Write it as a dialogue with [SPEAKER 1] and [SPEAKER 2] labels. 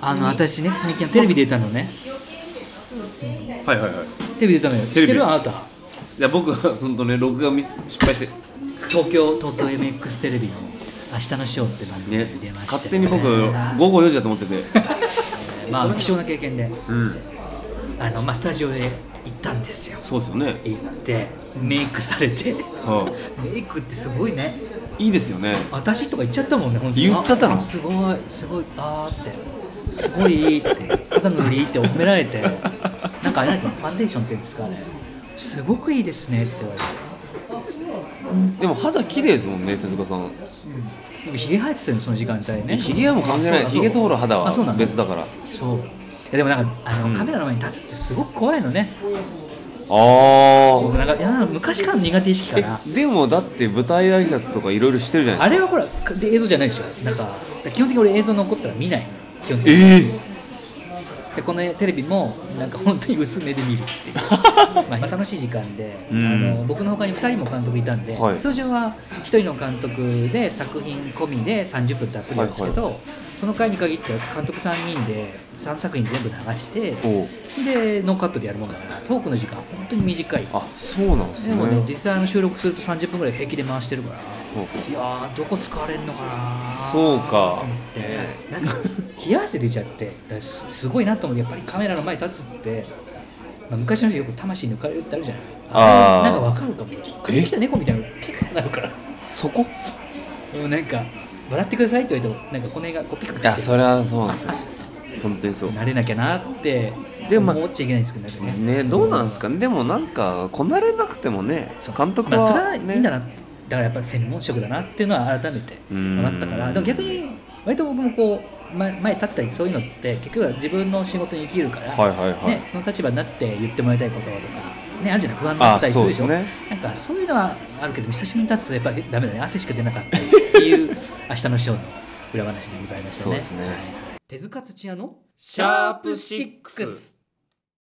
[SPEAKER 1] あの私ね最近テレビ出たのね
[SPEAKER 2] はいはいはい
[SPEAKER 1] テレビ出たのよ知
[SPEAKER 2] テレ
[SPEAKER 1] っ
[SPEAKER 2] ビ
[SPEAKER 1] てるあなた
[SPEAKER 2] いや僕は本当ね録画ミス失敗して
[SPEAKER 1] 東京東京 MX テレビの「明日のショー」って番組
[SPEAKER 2] ね
[SPEAKER 1] に出まして、
[SPEAKER 2] 勝手に僕午後4時だと思ってて
[SPEAKER 1] まあ貴重な経験で
[SPEAKER 2] うん
[SPEAKER 1] あの、まあ、スタジオで行ったんですよ
[SPEAKER 2] そうですよね
[SPEAKER 1] 行ってメイクされて
[SPEAKER 2] は
[SPEAKER 1] メイクってすごいね
[SPEAKER 2] いいいですよね
[SPEAKER 1] 私とか言っちゃったもんね本当に
[SPEAKER 2] 言っちゃったの
[SPEAKER 1] あすごいすごいあーってすごいいいって肌のりいいって褒められてなんかあれなんていうのファンデーションっていうんですかねすごくいいですねって言われて
[SPEAKER 2] でも肌綺麗ですもんね手塚さん
[SPEAKER 1] でもひげ生えてたよその時間帯ね
[SPEAKER 2] ひげはもう関係ない
[SPEAKER 1] あ
[SPEAKER 2] ひげとほら肌
[SPEAKER 1] あそうな
[SPEAKER 2] は
[SPEAKER 1] の
[SPEAKER 2] 別だからあ
[SPEAKER 1] そういやでもなんかあの、
[SPEAKER 2] うん
[SPEAKER 1] カメラの前に立つってすごく怖いのね僕
[SPEAKER 2] あ
[SPEAKER 1] なんかいやなんか昔からの苦手意識かな
[SPEAKER 2] えでもだって舞台挨拶とかいろいろしてるじゃない
[SPEAKER 1] あ
[SPEAKER 2] で
[SPEAKER 1] れはほらかで映像じゃないでしょなんかだから基本的に俺映像残ったら見ない基本的に
[SPEAKER 2] すか
[SPEAKER 1] でこのテレビもなんか本当に薄めで見るっていう まあ楽しい時間で、
[SPEAKER 2] うん
[SPEAKER 1] あの僕の他に2人も監督いたんで、
[SPEAKER 2] はい
[SPEAKER 1] 通常は1人の監督で作品込みで30分たっぷりなんですけど、その回に限っては監督3人で3作品全部流して
[SPEAKER 2] えお
[SPEAKER 1] でノーカットでやるもんだからトークの時間本当に短い
[SPEAKER 2] あそうなんです
[SPEAKER 1] で
[SPEAKER 2] ね
[SPEAKER 1] もね実際あの収録すると30分ぐらい平気で回してるからい
[SPEAKER 2] ほうほ
[SPEAKER 1] やーどこ使われるのかなー
[SPEAKER 2] そうか
[SPEAKER 1] と思って
[SPEAKER 2] え
[SPEAKER 1] なんか冷や汗出ちゃってだからすすごいなと思ってやっぱりカメラの前に立つって、まあ、昔の人よく魂抜かれるってあるじゃない
[SPEAKER 2] あー
[SPEAKER 1] れなんかわかるかも帰ってきた猫みたいなのピカッなるから
[SPEAKER 2] うそこ
[SPEAKER 1] もうなんか笑ってくださいって言われてもなんかこの辺がこうピカピ
[SPEAKER 2] い
[SPEAKER 1] カ
[SPEAKER 2] や
[SPEAKER 1] して
[SPEAKER 2] それはそうなんですよ本当にそう
[SPEAKER 1] 慣れなきゃなって
[SPEAKER 2] でもまあ
[SPEAKER 1] 思っちゃいけないんですけどね
[SPEAKER 2] ねどうなんですかねでもなんかこなれなくてもね
[SPEAKER 1] そう
[SPEAKER 2] 監督
[SPEAKER 1] まあ、それ
[SPEAKER 2] は
[SPEAKER 1] はいいんだな、だからやっぱり専門職だなっていうのは改めて
[SPEAKER 2] うん
[SPEAKER 1] 分かったからでも逆に割と僕もこう前前立ったりそういうのって結局は自分の仕事に生きるから、
[SPEAKER 2] はいはいはい
[SPEAKER 1] ね、その立場になって言ってもらいたいこととか、ね、あるじゃない不安だ
[SPEAKER 2] あ
[SPEAKER 1] ったりす
[SPEAKER 2] そう
[SPEAKER 1] る
[SPEAKER 2] で
[SPEAKER 1] ですしょ
[SPEAKER 2] ね
[SPEAKER 1] なんかそういうのはあるけど久しぶりに立つとやっぱりダメだね汗しか出なかったっていう 明日のショーの裏話でございましたね
[SPEAKER 2] そうですね
[SPEAKER 1] 手塚土屋のシ
[SPEAKER 2] ャープシックス